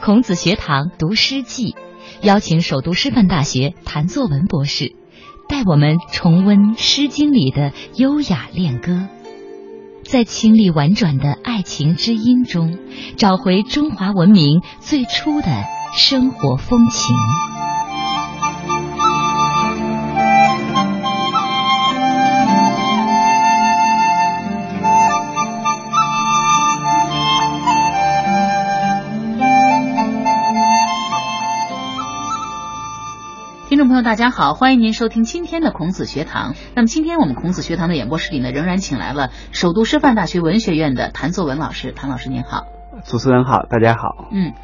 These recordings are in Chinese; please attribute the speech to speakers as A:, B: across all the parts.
A: 孔子学堂读《诗记》，邀请首都师范大学谭作文博士，带我们重温《诗经》里的优雅恋歌，在清丽婉转的爱情之音中，找回中华文明最初的生活风情。
B: 听众朋友，大家好，欢迎您收听今天的孔子学堂。那么今天我们孔子学堂的演播室里呢，仍然请来了首都师范大学文学院的谭作文老师。谭老师您好，
C: 主持人好，大家好。
B: 嗯，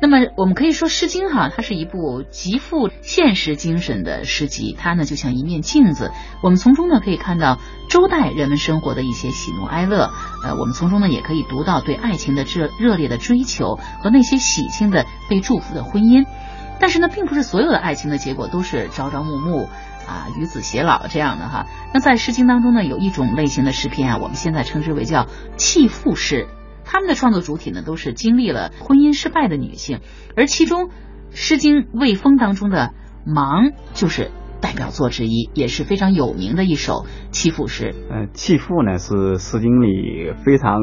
B: 那么我们可以说《诗经》哈，它是一部极富现实精神的诗集，它呢就像一面镜子，我们从中呢可以看到周代人们生活的一些喜怒哀乐，呃，我们从中呢也可以读到对爱情的热热烈的追求和那些喜庆的被祝福的婚姻。但是呢，并不是所有的爱情的结果都是朝朝暮暮啊、与子偕老这样的哈。那在《诗经》当中呢，有一种类型的诗篇啊，我们现在称之为叫弃妇诗。他们的创作主体呢，都是经历了婚姻失败的女性，而其中《诗经·卫风》当中的《盲》就是代表作之一，也是非常有名的一首弃妇诗。
C: 呃，弃妇呢是《诗经》里非常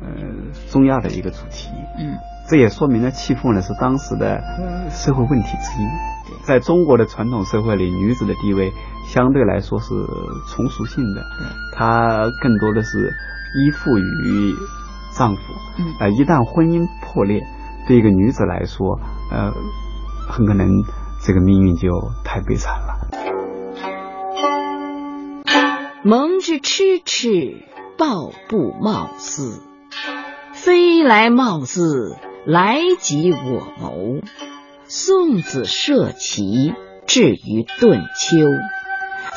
C: 呃重要的一个主题，
B: 嗯，
C: 这也说明了弃妇呢是当时的、呃、社会问题之一。在中国的传统社会里，女子的地位相对来说是从属性的，她更多的是依附于丈夫。
B: 嗯
C: 呃，一旦婚姻破裂，对一个女子来说，呃，很可能这个命运就太悲惨了。
D: 蒙之痴痴，抱不貌斯。非来貌斯，来即我谋。宋子社稷，至于顿丘。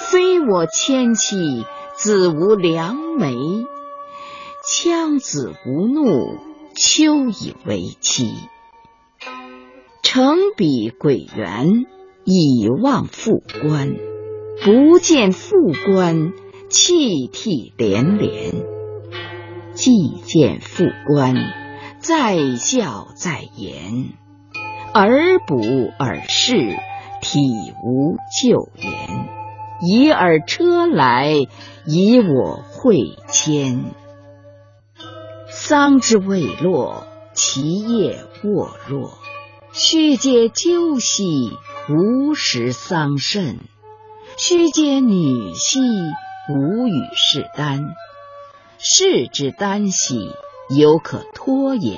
D: 非我迁徙，子无良媒。羌子无怒，秋以为期。诚彼鬼垣，以望复关。不见复关，泣涕连连。既见复关，在笑在言。尔补尔视，体无咎言。以尔车来，以我会迁。桑之未落，其叶沃若。须嗟鸠兮，无食桑葚；须嗟女兮，无与士耽。士之耽兮，犹可脱也；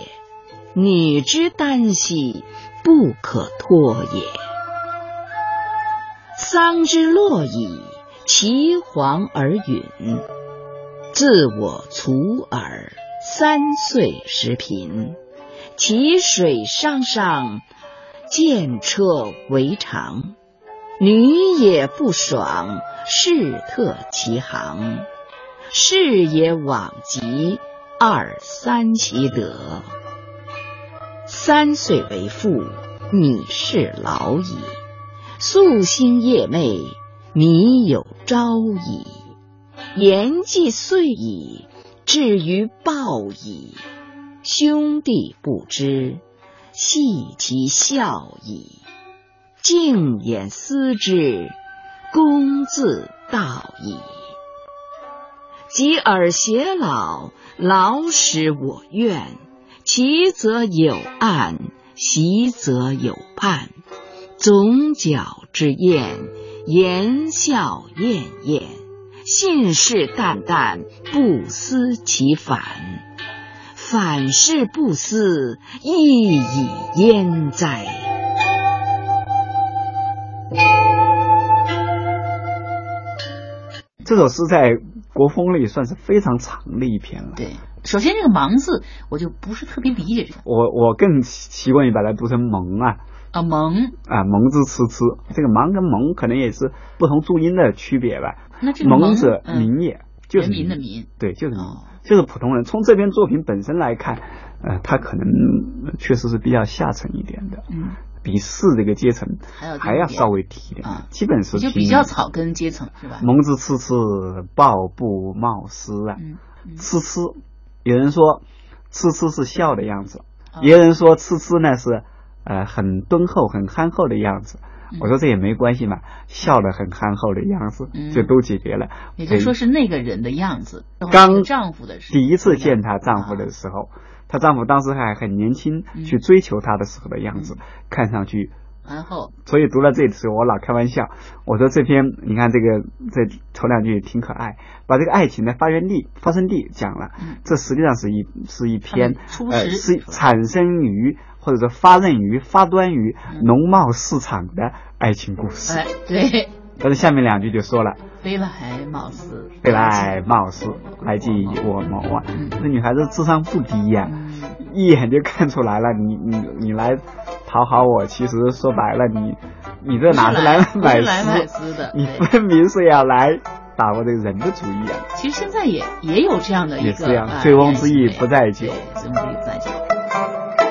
D: 女之耽兮，不可脱也。桑之落矣，其黄而允。自我徂耳，三岁时贫。其水上上，见车为常。女也不爽，是特其行。是也往极，二三其德。三岁为父，你是老矣；夙兴夜寐，你有朝矣。言既遂矣，至于暴矣。兄弟不知，戏其笑矣。静言思之，公自道矣。及尔偕老，老使我愿。其则有岸，习则有畔。总角之宴，言笑晏晏，信誓旦旦，不思其反。反是不思，亦已焉哉？
C: 这首诗在国风里算是非常长的一篇了。
B: 对，首先这个“盲”字，我就不是特别理解这个
C: 我我更习习惯于把它读成蒙啊
B: 啊“蒙
C: 啊蒙之痴痴，这个盲跟蒙可能也是不同注音的区别吧。”，
B: 那这个“
C: 蒙
B: 蒙”
C: 者
B: 嗯
C: 民也，就是
B: 人民的，民
C: 对，就是民，
B: 哦
C: 就是普通人。从这篇作品本身来看，呃，它可能呃确实是比较下层一点的，
B: 嗯，
C: 比士这个阶层
B: 还要低
C: 还
B: 一
C: 要
B: 点
C: 稍微低一点
B: 啊，
C: 基本是
B: 也就
C: 平
B: 比
C: 民
B: 较草根阶层是吧？
C: 蒙之痴痴，抱不冒失啊。
B: 嗯嗯
C: 痴痴，有人说痴痴是笑的样子，
D: 啊
C: 也有人说痴痴呢是呃很敦厚、很憨厚的样子。
D: 嗯
C: 我说这也没关系嘛，笑得很憨厚的样子
D: 嗯
C: 就都解决了。
D: 也就是说是那个人的样子，
C: 哎刚
D: 丈夫的时候
C: 第一次见她
B: 啊
C: 丈夫的时候，她丈夫当时还很年轻
D: 嗯，
C: 去追求她的时候的样子，看上去
D: 然后
C: 所以读到这里的时候，我老开玩笑，我说这篇你看这个这头两句挺可爱，把这个爱情的发源地、发生地讲了
D: 嗯。
C: 这实际上是一是一篇
D: 他们初
C: 呃
D: 识
C: 是产生于或者说发轫于、发端于
D: 嗯
C: 农贸市场的爱情故事。
D: 哎嗯对，
C: 但是下面两句就说了
D: 飞来貌似：“
C: 被爱貌似来自我谋啊
D: 嗯！”
C: 这女孩子智商不低呀、
D: 嗯
C: 一眼就看出来了，你你你来讨好我，其实说白了，你你这哪是来
D: 不是来
C: 买
D: 买
C: 书？
D: 丝的？
C: 你
D: 对
C: 分明是要来打我这个人的主意啊！
D: 其实现在也也有这样的一个
C: 也这样
D: 啊哎
C: 醉翁之意不在酒
D: 对醉翁之意不在酒。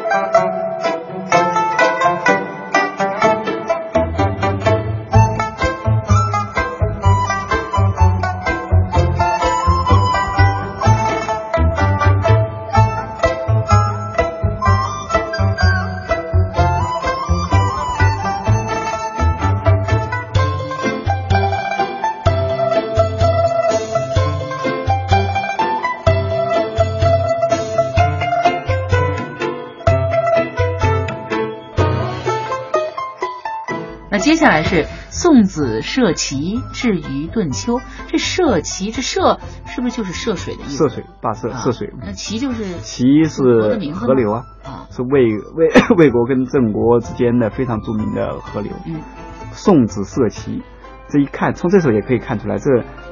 D: 那接下来是送子涉淇，至于顿丘。这涉淇，这涉是不是就是涉水的意思？
C: 涉水坝涉
D: 啊
C: 涉水，
D: 那淇就是
C: 其
D: 国的
C: 是
D: 名字吗
C: 河流啊，
D: 啊，
C: 是魏魏 魏国跟郑国之间的非常著名的河流。
D: 嗯，
C: 宋子涉淇，这一看从这首也可以看出来，这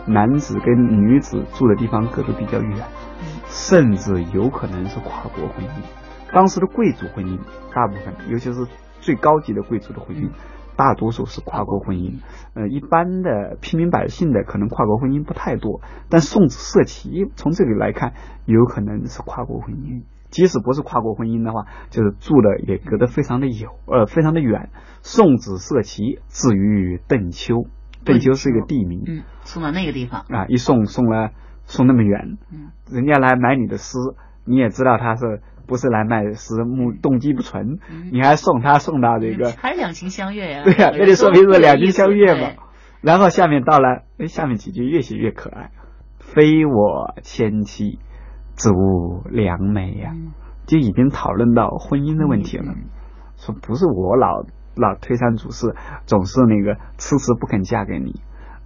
C: 男子跟女子住的地方隔得比较远，
D: 嗯
C: 甚至有可能是跨国婚姻。当时的贵族婚姻，大部分尤其是最高级的贵族的婚姻
D: 嗯，
C: 大多数是跨国婚姻。呃，一般的平民百姓的可能跨国婚姻不太多，但宋子涉淇从这里来看，有可能是跨国婚姻。即使不是跨国婚姻的话，就是住的也隔得非常的有，呃，非常的远。宋子涉淇，至于邓丘，邓丘是一个地名，
D: 嗯，送到那个地方，
C: 啊，一送送了送那么远，
D: 嗯
C: 人家来买你的诗，你也知道他是不是来卖诗，目动机不纯，
D: 嗯
C: 你还送他送到这个，
D: 还是两情相悦呀、
C: 对呀、
D: 有
C: 那
D: 人
C: 就说明是两情相悦
D: 有意思哎
C: 嘛。然后下面到了，哎，下面几句越写越可爱，非我先妻，子无良媒
D: 对
C: 呀、
D: 嗯
C: 就已经讨论到婚姻的问题了。
D: 嗯
C: 说不是我老老推三阻四，总是那个迟迟不肯嫁给你，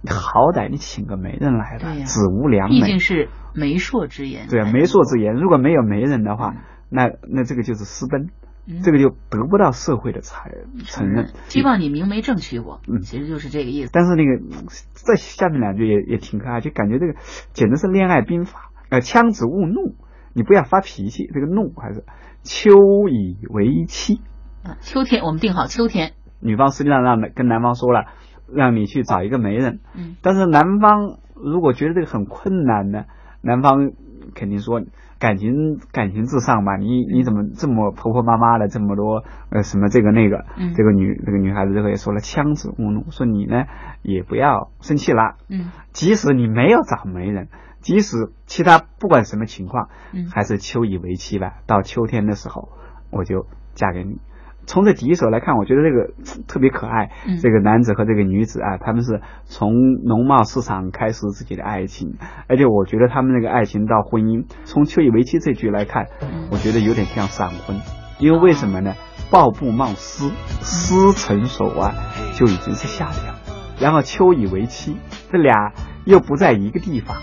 C: 好歹你请个媒人来吧
D: 对，呀
C: 子无良
D: 毕
C: 媒
D: 竟。是媒妁之言。
C: 对啊，媒妁之言，如果没有媒人的话，那那这个就是私奔，
D: 嗯
C: 这个就得不到社会的采承认。
D: 希望你明媒正娶我，
C: 嗯
D: 其实就是这个意思。
C: 但是那个呃在下面两句也也挺可爱，就感觉这个简直是恋爱兵法。呃，枪子勿怒，你不要发脾气，这个怒还是秋以为妻。
D: 啊，秋天我们定好秋天，
C: 女方实际上让男跟男方说了，让你去找一个媒人，
D: 嗯，
C: 但是男方如果觉得这个很困难呢，男方肯定说感情感情至上嘛，你你怎么这么婆婆妈妈的这么多呃什么这个那个，
D: 嗯
C: 这个女这个女孩子这个也说了枪指勿怒，说你呢也不要生气啦，
D: 嗯
C: 即使你没有找媒人，即使其他不管什么情况，
D: 嗯
C: 还是秋以为期吧。到秋天的时候，我就嫁给你。从这第一首来看，我觉得这个嘖特别可爱。
D: 嗯
C: 这个男子和这个女子啊，他们是从农贸市场开始自己的爱情，而且我觉得他们那个爱情到婚姻，从“秋以为期”这句来看，
D: 嗯
C: 我觉得有点像闪婚，因为为什么呢？抱布冒丝，丝成熟啊，就已经是夏天了。然后秋以为期，这俩又不在一个地方，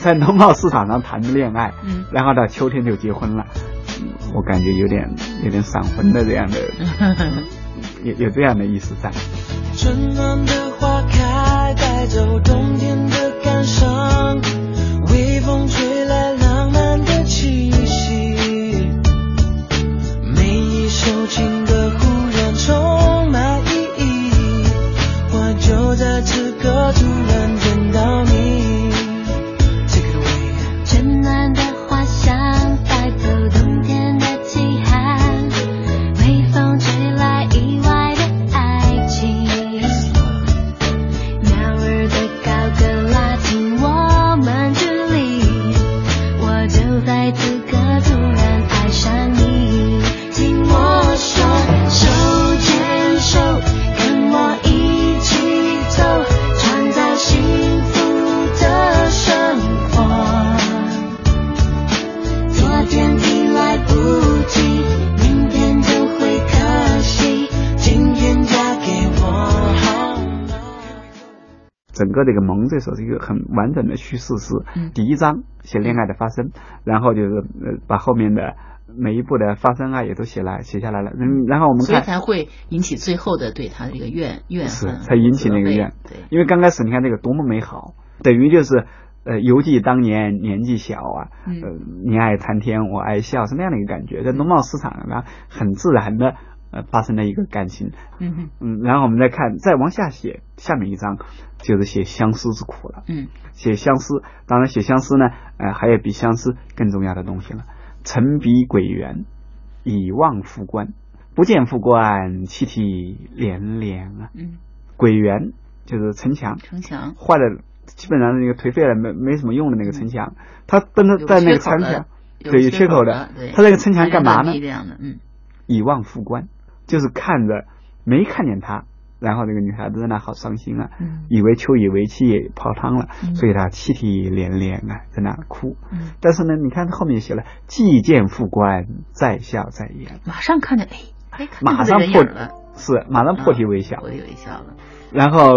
C: 在农贸市场上谈的恋爱，
D: 嗯，
C: 然后到秋天就结婚了，嗯我感觉有点有点闪婚的这样的，
D: 嗯
C: 有有这样的意思在。
B: 春暖的花开，带走冬天的感伤。微风吹来浪漫的气息，每一首情歌忽然充满意义。我就在此刻突然见到你。Take it away.
E: 春暖的花香带走冬天的凄寒，微风吹来意外的爱情，鸟儿的高歌拉近我们
C: 整个这个《萌》这首是一个很完整的叙事是
D: 嗯
C: 第一章写恋爱的发生，然后就是呃把后面的每一步的发生啊也都写来写下来了，嗯，然后我们
D: 所以
C: 看
D: 才会引起最后的对他的这个怨怨
C: 是
D: 恨，
C: 才引起那个怨。
D: 对，
C: 因为刚开始你看这个多么美好，等于就是呃犹记当年年纪小啊，呃
D: 嗯，
C: 你爱谈天，我爱笑，是那样的一个感觉，在农贸市场呢很自然的呃发生了一个感情，
D: 嗯哼
C: 嗯，然后我们再看再往下写下面一章，就是写相思之苦了，
D: 嗯
C: 写相思，当然写相思呢，呃，还有比相思更重要的东西了，沉笔鬼园，以望复关，不见复关，泣涕涟涟啊，
D: 嗯，
C: 鬼园就是城墙，
D: 城墙
C: 坏了，基本上那个颓废了，没没什么用的那个城墙，他奔着
D: 有
C: 在那
D: 缺
C: 个
D: 口
C: 城
D: 的
C: 墙，，对有缺口的
D: 的，对，
C: 他这个城墙干嘛呢
D: 它是断臂这样的，嗯
C: 以望复关，就是看着没看见他，然后那个女孩子在那好伤心啊，
D: 嗯
C: 以为秋以为妻也泡汤了，
D: 嗯
C: 所以她泣涕涟涟啊，在那哭。
D: 嗯，
C: 但是呢，你看后面写了“既见复关，在笑在颜
D: 马上看见，哎，哎，看见
C: 马
D: 他
C: 上
D: 的人
C: 破
D: 影了，”，
C: 是马上破涕为笑。
D: 啊我有一笑了，
C: 然后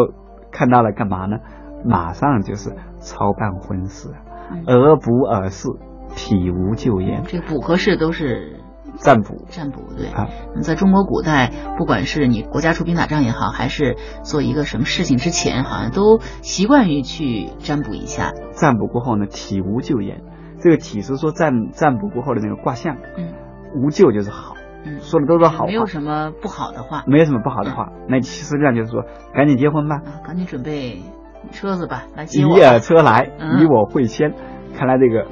C: 看到了干嘛呢？马上就是操办婚事啊，
D: 嗯
C: 俄补尔事，体无旧颜，
D: 这个补和士都是
C: 占卜
D: 占卜对
C: 啊。
D: 那在中国古代，不管是你国家出兵打仗也好，还是做一个什么事情之前，好像都习惯于去占卜一下。
C: 占卜过后呢，体无旧颜。这个体是说占占卜过后的那个卦象，
D: 嗯
C: 无旧就是好，
D: 嗯，
C: 说的都是好话
D: 没，有什么不好的话
C: 没有什么不好的话。那其实上就是说，赶紧结婚吧，
D: 啊，赶紧准备车子吧，来接
C: 以
D: 我吧。
C: 尔车来，
D: 嗯
C: 以我会签。看来这个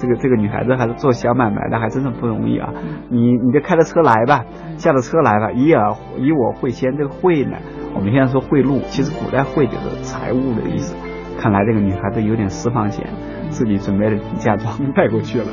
C: 这个这个女孩子还是做小买卖的，还真的不容易啊。
D: 嗯
C: 你你就开着车来吧，
D: 嗯
C: 驾着车来吧，以尔以我会签。这个会呢，我们现在说贿赂，其实古代会就是财物的意思。看来这个女孩子有点私房钱，
D: 嗯
C: 自己准备了嫁妆带过去了。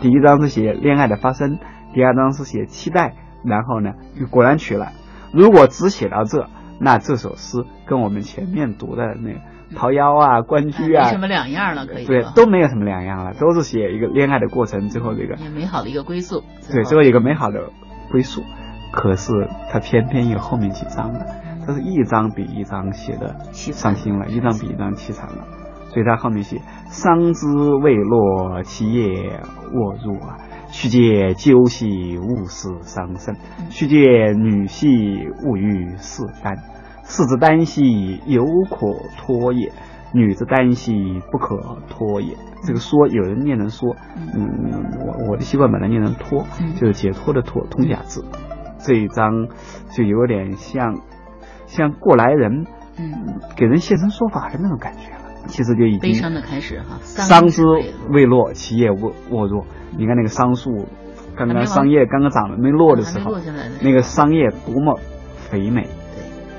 C: 第一章是写恋爱的发生，第二章是写期待，然后呢，果然取了。如果只写到这，那这首诗跟我们前面读的那个桃夭啊、关雎
D: 哎没
C: 啊
D: 什，么两样了，可以
C: 对
D: 说，
C: 都没有什么两样了，都是写一个恋爱的过程，最后这个
D: 也美好的一个归宿。
C: 对最后一个美好的归宿。可是它偏偏有后面几章了，它是一章比一章写的
D: 凄惨
C: 伤心了，一章比一章凄惨了。所以它后面写“伤之未落，其叶沃入啊。须借鸠兮勿使伤身，
D: 嗯
C: 须借女兮勿欲事丹。士之耽兮，犹可脱也；女之耽兮，不可脱也。”
D: 嗯
C: 这个“说”有人念成“说”，嗯，我我的习惯把它念成“脱”，
D: 嗯
C: 就是解脱的“脱”，通假字。这一章就有点像像过来人
D: 嗯，
C: 给人现身说法的那种感觉了。其实就已
D: 悲伤
C: 经
D: 的开始哈，
C: 桑
D: 之
C: 之
D: 未落
C: 未落，其叶沃沃若。你看那个桑树，
D: 还
C: 刚
D: 没
C: 刚
D: 完
C: 桑叶刚刚长了没落的时
D: 还没
C: 候
D: 落，下来的时候
C: 那个桑叶多么肥美，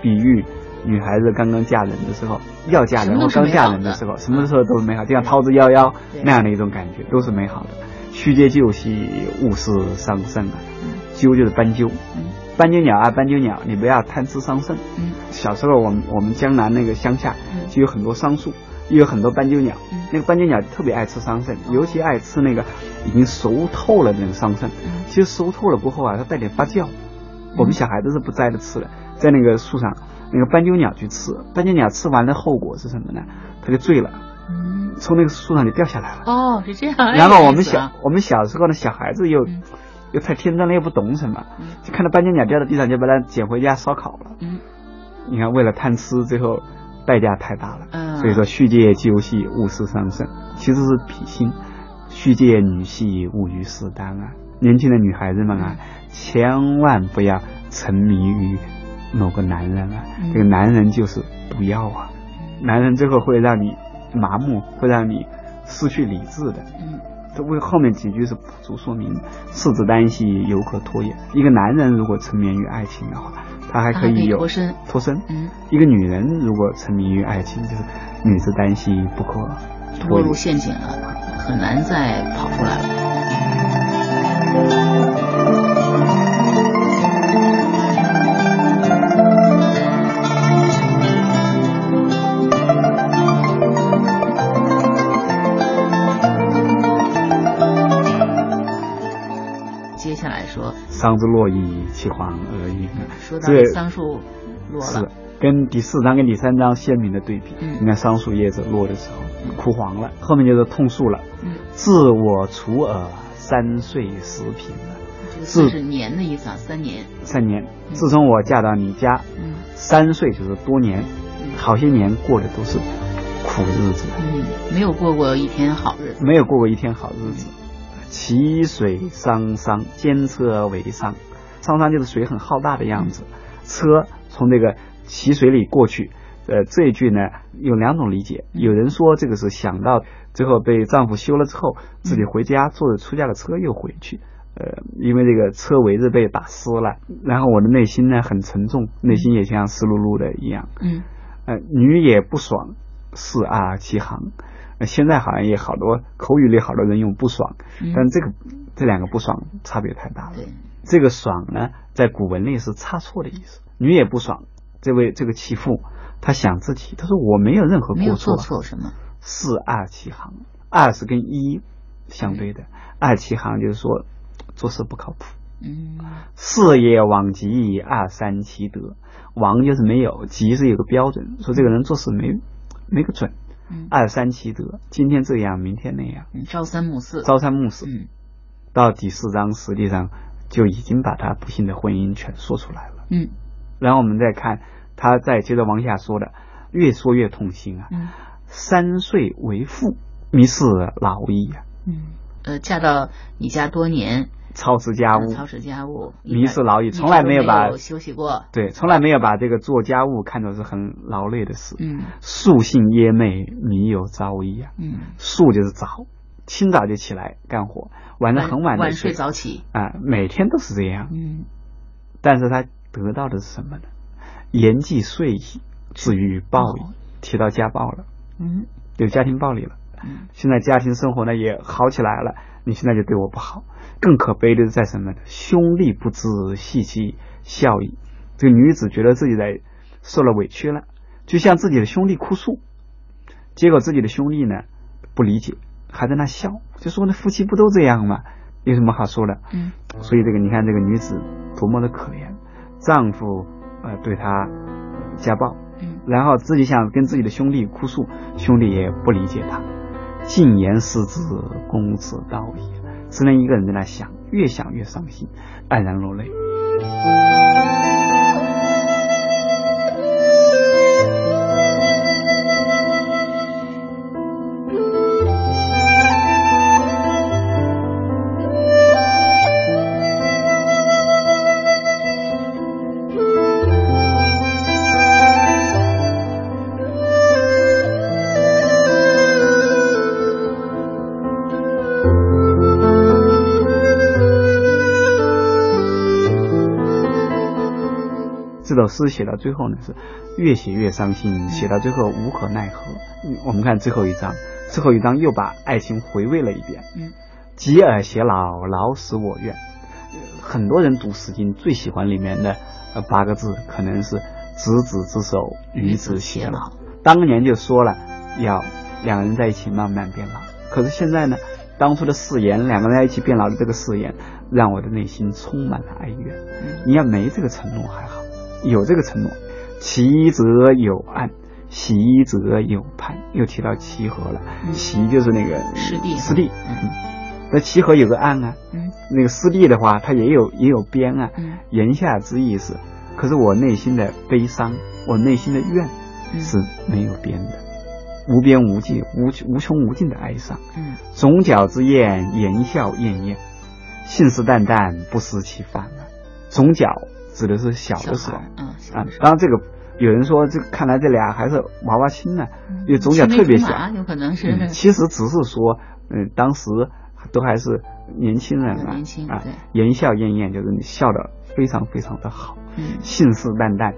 C: 比喻女孩子刚刚嫁人的时候，要嫁人或刚嫁人时候，什么时候都是美好，就像桃之夭夭
D: 嗯对
C: 那样的一种感觉，都是美好的。须嗟旧兮，勿使伤身啊
D: 嗯！
C: 鸠就是斑鸠
D: 嗯，
C: 斑鸠鸟啊，斑鸠鸟，你不要贪吃伤身。
D: 嗯
C: 小时候我们我们江南那个乡下
D: 嗯
C: 就有很多桑树，也有很多斑鸠鸟
D: 嗯。
C: 那个斑鸠鸟特别爱吃桑葚，尤其爱吃那个已经熟透了的那个桑葚。
D: 嗯
C: 其实熟透了过后啊，它带点发酵。我们小孩子是不摘着吃的，在那个树上，那个斑鸠鸟去吃，斑鸠鸟吃完的后果是什么呢？它就醉了，
D: 嗯，
C: 从那个树上就掉下来了。
D: 哦，是这样。哎
C: 然后我们
D: 有意思
C: 小
D: 啊
C: 我们小时候的小孩子又
D: 嗯
C: 又太天真了，又不懂什么
D: 嗯，
C: 就看到斑鸠鸟掉到地上，就把它捡回家烧烤了。
D: 嗯
C: 你看，为了贪吃，最后代价太大了。
D: 嗯，
C: 所以说，续借旧戏，勿失伤身，其实是比心。续借女戏，勿于事耽啊！年轻的女孩子们啊，
D: 嗯
C: 千万不要沉迷于某个男人啊！
D: 嗯
C: 这个男人就是毒药啊！男人最后会让你麻木，会让你失去理智的。
D: 嗯
C: 这为后面几句是补足说明，世子单兮犹可脱也。一个男人如果沉湎于爱情的话，他还
D: 他还可
C: 可
D: 以
C: 以有
D: 啊脱身
C: 脱身。
D: 嗯，
C: 一个女人如果沉迷于爱情，就是女之单兮不可脱
D: 落入
C: 也。
D: 陷阱了，很难再跑出来了。下来说，
C: 桑之若颐，其黄而郁。
D: 说到
C: 这
D: 桑树落
C: 是
D: 了，
C: 跟第四章跟第三章鲜明的对比。
D: 嗯
C: 你看桑树叶子落的时候枯黄了，后面就是痛树了。
D: 嗯，
C: 自我除耳，三岁食品了，
D: 这四是年的意思啊，三年。
C: 三年。
D: 嗯
C: 自从我嫁到你家，
D: 嗯
C: 三岁就是多年，好些年过的都是苦日子，
D: 嗯，没有过过一天好日子。
C: 没有过过一天好日子。其水伤伤，兼车为伤，伤伤就是水很浩大的样子，车从这个其水里过去。呃，这一句呢有两种理解，有人说这个是想到最后被丈夫休了之后，自己回家坐着出嫁的车又回去，呃，因为这个车围子被打湿了，然后我的内心呢很沉重，内心也像湿漉漉的一样。
D: 嗯，
C: 呃，女也不爽，是啊其行。呃现在好像也好多口语里好多人用不爽，
D: 嗯
C: 但这个这两个不爽差别太大了。
D: 对，
C: 这个爽呢，在古文里是差错的意思，女也不爽。这位这个其父，他想自己，他说我没有任何
D: 没有
C: 过
D: 做
C: 错，
D: 错什么。
C: 是二其行，二是跟一相对的，二其行就是说做事不靠谱。
D: 嗯
C: 事业往极，二三其德。往就是没有，极是有个标准，说这个人做事没没个准。
D: 嗯
C: 二三其德，今天这样，明天那样，
D: 嗯，朝三暮四。
C: 朝三暮四。
D: 嗯
C: 到第四章，实际上就已经把他不幸的婚姻全说出来了。
D: 嗯
C: 然后我们再看他再接着往下说的，越说越痛心啊！
D: 嗯
C: 三岁为妇，迷是劳役啊，
D: 嗯，呃，嫁到你家多年，
C: 操持家务，
D: 啊操持家务，
C: 迷是劳役，
D: 一点
C: 从来
D: 都没
C: 没有把
D: 休息过。
C: 对，从来没有把这个做家务看作是很劳累的事。
D: 嗯
C: 素性耶寐，靡有朝矣啊！
D: 嗯，
C: 素就是早，清早就起来干活，晚上很
D: 晚
C: 的
D: 睡
C: 睡
D: 早起。
C: 啊、每天都是这样。
D: 嗯，
C: 但是他得到的是什么呢？言既睡矣，至于暴矣
D: 哦，
C: 提到家暴了，
D: 嗯
C: 有家庭暴力了。
D: 嗯
C: 现在家庭生活呢也好起来了，你现在就对我不好。更可悲的是在什么呢？兄弟不知戏其孝矣。这个女子觉得自己在受了委屈了，就向自己的兄弟哭诉，结果自己的兄弟呢不理解，还在那笑，就说那夫妻不都这样吗？有什么好说的？
D: 嗯
C: 所以这个你看这个女子多么的可怜，丈夫呃对她呃家暴，
D: 嗯
C: 然后自己想跟自己的兄弟哭诉，兄弟也不理解他。进言失之，公子道矣。只能一个人在那想，越想越伤心，黯然落泪。这首诗写到最后呢，是越写越伤心，写到最后无可奈何。嗯我们看最后一章，最后一章又把爱情回味了一遍。
D: 嗯，
C: 及尔偕老，老死我愿。呃很多人读《诗经》最喜欢里面的呃八个字，可能是“执子之手，与子偕老”。当年就说了要两人在一起慢慢变老，可是现在呢，当初的誓言，两个人在一起变老的这个誓言，让我的内心充满了哀怨。
D: 嗯
C: 你要没这个承诺还好，有这个承诺，其则有岸，习则有畔。又提到齐河了，
D: 嗯
C: 习就是那个
D: 师弟
C: 师弟。
D: 嗯
C: 那齐河有个岸啊，
D: 嗯
C: 那个师弟的话，他也有也有边啊。
D: 嗯
C: 言下之意是，可是我内心的悲伤，我内心的怨
D: 嗯
C: 是没有边的，无边无际、无无穷无尽的哀伤。
D: 嗯
C: 总角之宴，言笑晏晏，信誓旦旦，不思其反啊。总角指的是小的时候
D: 孩儿嗯小
C: 啊
D: 的时，候
C: 当然这个有人说，这看来这俩还是娃娃亲呢、
D: 嗯
C: 因为总角特别
D: 青梅
C: 小
D: 竹马有可能是
C: 嗯其实只是说，嗯，当时都还是年轻人
D: 很
C: 啊，
D: 年轻
C: 啊
D: 对，
C: 言笑晏晏，就是你笑的非常非常的好，
D: 嗯
C: 信誓旦旦，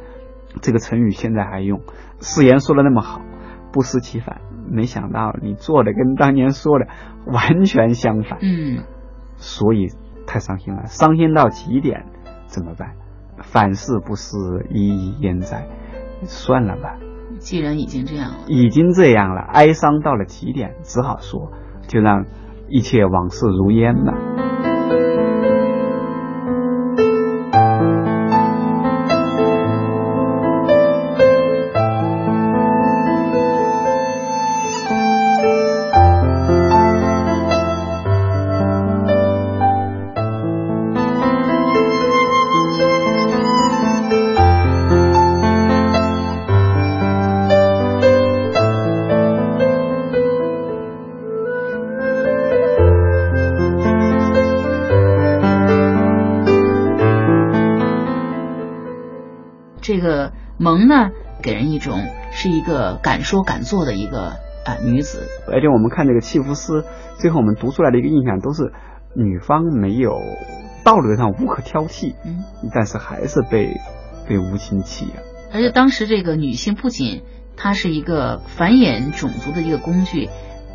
C: 这个成语现在还用，誓言说的那么好，不思其反，没想到你做的跟当年说的完全相反，
D: 嗯
C: 所以太伤心了，伤心到极点怎么办？反是不是一一焉哉？算了吧，
D: 既然已经这样了，
C: 已经这样了，哀伤到了极点，只好说，就让一切往事如烟吧。
D: 这个萌呢，给人一种是一个敢说敢做的一个啊、女子。
C: 而且我们看这个契福斯，最后我们读出来的一个印象都是女方没有道德上无可挑剔，
D: 嗯，
C: 但是还是被被无情欺压。
D: 而且当时这个女性不仅她是一个繁衍种族的一个工具，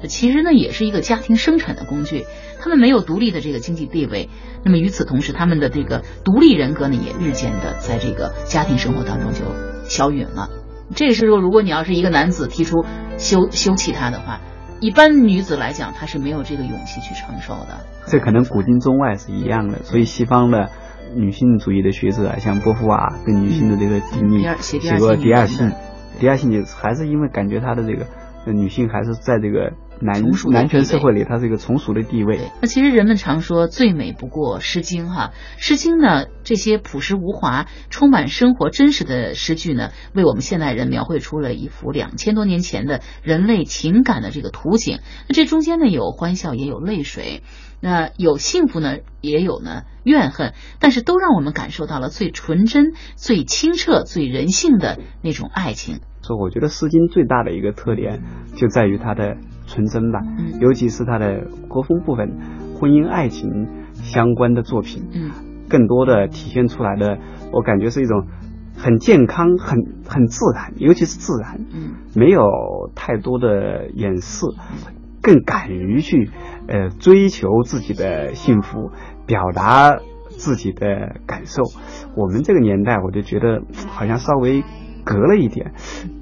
D: 其实呢也是一个家庭生产的工具。她们没有独立的这个经济地位，那么与此同时，她们的这个独立人格呢也日渐的在这个家庭生活当中就消陨了。这也是说，如果你要是一个男子提出休休弃她的话，一般女子来讲她是没有这个勇气去承受的。
C: 这可能古今中外是一样的，所以西方的女性主义的学者啊，像波伏娃对女性的这个定义
D: 嗯第二写第
C: 写
D: 二
C: 过
D: 性
C: 第
D: 等
C: 二
D: 等
C: 性，第二性也还是因为感觉她的这个呃女性还是在这个男
D: 从属的
C: 男权
D: 地
C: 社
D: 位
C: 会里，她是一个从属的地位。
D: 那其实人们常说最美不过《诗经》哈，《诗经》呢这些朴实无华、充满生活真实的诗句呢，为我们现代人描绘出了一幅两千多年前的人类情感的这个图景。那这中间呢有欢笑，也有泪水，那有幸福呢，也有呢怨恨，但是都让我们感受到了最纯真、最清澈、最人性的那种爱情。
C: 所以我觉得《诗经》最大的一个特点就在于它的纯真吧，
D: 嗯
C: 尤其是它的国风部分，婚姻爱情相关的作品，
D: 嗯，
C: 更多的体现出来的，我感觉是一种很健康、很很自然，尤其是自然，
D: 嗯，
C: 没有太多的掩饰，更敢于去呃追求自己的幸福，表达自己的感受。我们这个年代，我就觉得好像稍微隔了一点，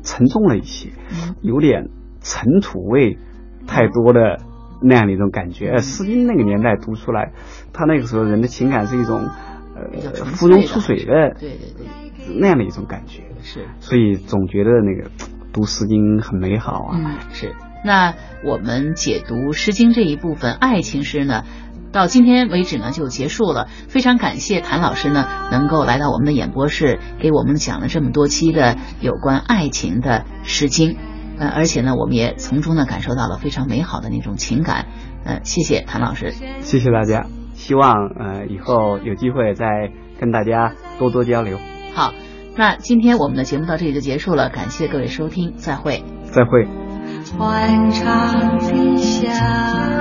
C: 沉重了一些，
D: 嗯
C: 有点尘土味太多的那样的一种感
D: 嗯
C: 觉。呃《诗经》那个年代读出来，他那个时候人的情感是一种
D: 比较
C: 呃
D: 纯
C: 浮中
D: 粹的
C: 出水的
D: 对对对，
C: 那样的一种感觉，
D: 是。
C: 所以总觉得那个读《诗经》很美好啊。
D: 嗯，是。那我们解读《诗经》这一部分爱情诗呢，到今天为止呢就结束了。非常感谢谭老师呢能够来到我们的演播室，给我们讲了这么多期的有关爱情的《诗经》。呃，而且呢，我们也从中呢感受到了非常美好的那种情感。呃，谢谢谭老师。
C: 谢谢大家，希望呃以后有机会再跟大家多多交流。
D: 好，那今天我们的节目到这里就结束了，感谢各位收听，再会。
C: 再会。
E: 欢唱地下。